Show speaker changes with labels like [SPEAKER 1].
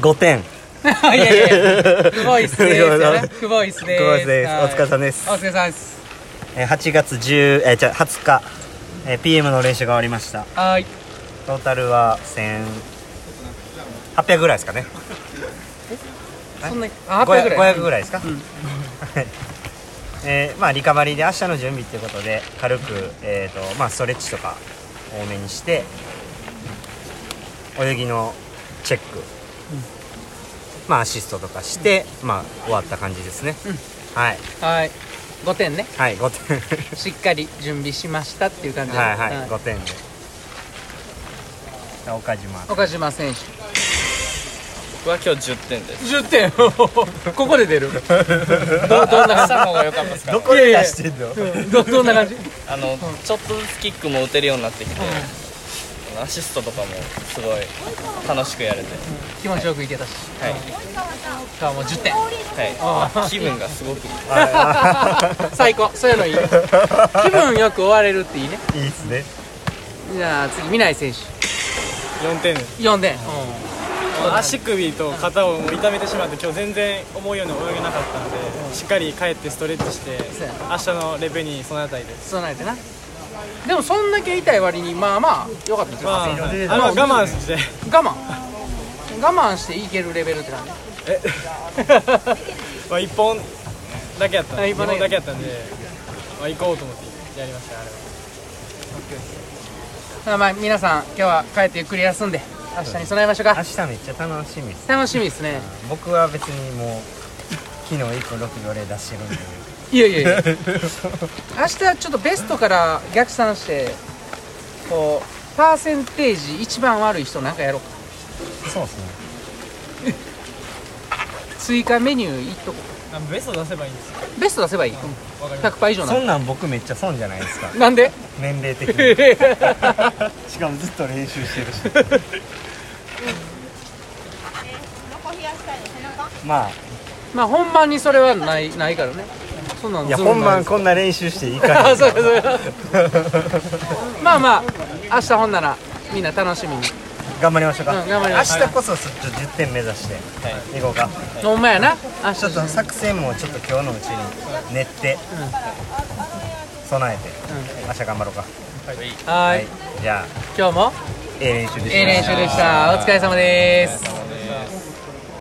[SPEAKER 1] 5点
[SPEAKER 2] いやいやいや、不ボイスですよね。不ボイスです。
[SPEAKER 1] 不ボイスです
[SPEAKER 2] はい
[SPEAKER 1] お疲れ様です
[SPEAKER 2] お疲れ様です。
[SPEAKER 1] えー8月10えーじゃあ20日えー PM の練習が終わりました
[SPEAKER 2] はーい。
[SPEAKER 1] トータルは1800ぐらいですかね
[SPEAKER 2] そんな、あ、
[SPEAKER 1] 500
[SPEAKER 2] 800ぐらい。
[SPEAKER 1] 500ぐらいですか、
[SPEAKER 2] ん
[SPEAKER 1] はい えーまあリカバリーで明日の準備っていうことで軽く、えーとまあ、ストレッチとか多めにして泳ぎのチェック、まあアシストとかして、まあ終わった感じですね、はい
[SPEAKER 2] はい。5点ね。
[SPEAKER 1] はい5点
[SPEAKER 2] しっかり準備しましたっていう感じで。
[SPEAKER 1] はいはい5点でじゃあ岡島
[SPEAKER 2] 岡島選手。
[SPEAKER 3] 僕は今日10点です
[SPEAKER 2] 10点。 ここで出る。 ど、どんな
[SPEAKER 3] 明日の
[SPEAKER 2] 感
[SPEAKER 3] 方が良かったですか
[SPEAKER 1] どこで出してんの
[SPEAKER 2] じ。ど、どんな感じ。
[SPEAKER 3] あのちょっとずつキックも打てるようになってきてアシストとかもすごい楽しくやれて
[SPEAKER 2] 気持ちよくいけたし。
[SPEAKER 3] はい
[SPEAKER 2] か、もう10点。
[SPEAKER 3] はい気分がすごくいい
[SPEAKER 2] 最高。そういうのいいね。気分よく終われるっていいね。
[SPEAKER 1] い いですね
[SPEAKER 2] じゃあ、次、未来選手。
[SPEAKER 4] 4点です
[SPEAKER 2] 4点。
[SPEAKER 4] 足首と肩をもう痛めてしまって今日全然思うように泳げなかったのでしっかり帰ってストレッチして
[SPEAKER 2] そうや
[SPEAKER 4] 明日のレベに備えたいです
[SPEAKER 2] 備えてな。でも、そんだけ痛い割に、まあまあ、良かったですよ。
[SPEAKER 4] まあ、あの我慢して
[SPEAKER 2] 我慢我慢していけるレベルってなんだ
[SPEAKER 4] まあ1本だけやったん
[SPEAKER 2] あ
[SPEAKER 4] で
[SPEAKER 2] 一
[SPEAKER 4] 一
[SPEAKER 2] 本
[SPEAKER 4] 本
[SPEAKER 2] だけ
[SPEAKER 4] だけやったんで、まあ、行こうと思ってやりましたあれは
[SPEAKER 2] まあまあ皆さん今日は帰ってゆっくり休んで明日に備えましょう
[SPEAKER 1] 明
[SPEAKER 2] か
[SPEAKER 1] 日めっちゃ楽しみです
[SPEAKER 2] 楽しみですね
[SPEAKER 1] 僕は別にもう昨日1個6秒0出してるんで
[SPEAKER 2] いやいやいや明日ちょっとベストから逆算してこうパーセンテージ一番悪い人なんかやろうか
[SPEAKER 1] そうですね
[SPEAKER 2] 追加メニューいっとこ
[SPEAKER 4] なんかベスト出せばいいんですよ
[SPEAKER 2] うベスト出せばいい、
[SPEAKER 4] わかります
[SPEAKER 2] 100倍以上な
[SPEAKER 1] そ
[SPEAKER 2] の
[SPEAKER 1] んなん僕めっちゃ損じゃないですか
[SPEAKER 2] なんで
[SPEAKER 1] 年齢的に しかもずっと練習してるし
[SPEAKER 5] 横冷やしたいの背中
[SPEAKER 1] まあ
[SPEAKER 2] まあ本番にそれはないないからねそんなん
[SPEAKER 1] いや
[SPEAKER 2] ずるな
[SPEAKER 1] 本番こんな練習していいか
[SPEAKER 2] あ
[SPEAKER 1] ら
[SPEAKER 2] そうかそうかまあまあ明日ほんならみんな楽しみに
[SPEAKER 1] 頑張りましょうか、
[SPEAKER 2] うん頑張りましょう
[SPEAKER 1] 明日こそちょっと10点目指して、い、こうか
[SPEAKER 2] ほんまやな明
[SPEAKER 1] ちょっ
[SPEAKER 2] 日
[SPEAKER 1] と作戦もちょっと今日のうちに練って、備えて、明日頑張ろうか
[SPEAKER 2] はい
[SPEAKER 1] じゃあ
[SPEAKER 2] 今日も
[SPEAKER 1] ええ練習でした
[SPEAKER 2] ええ練習でしたお疲れ様です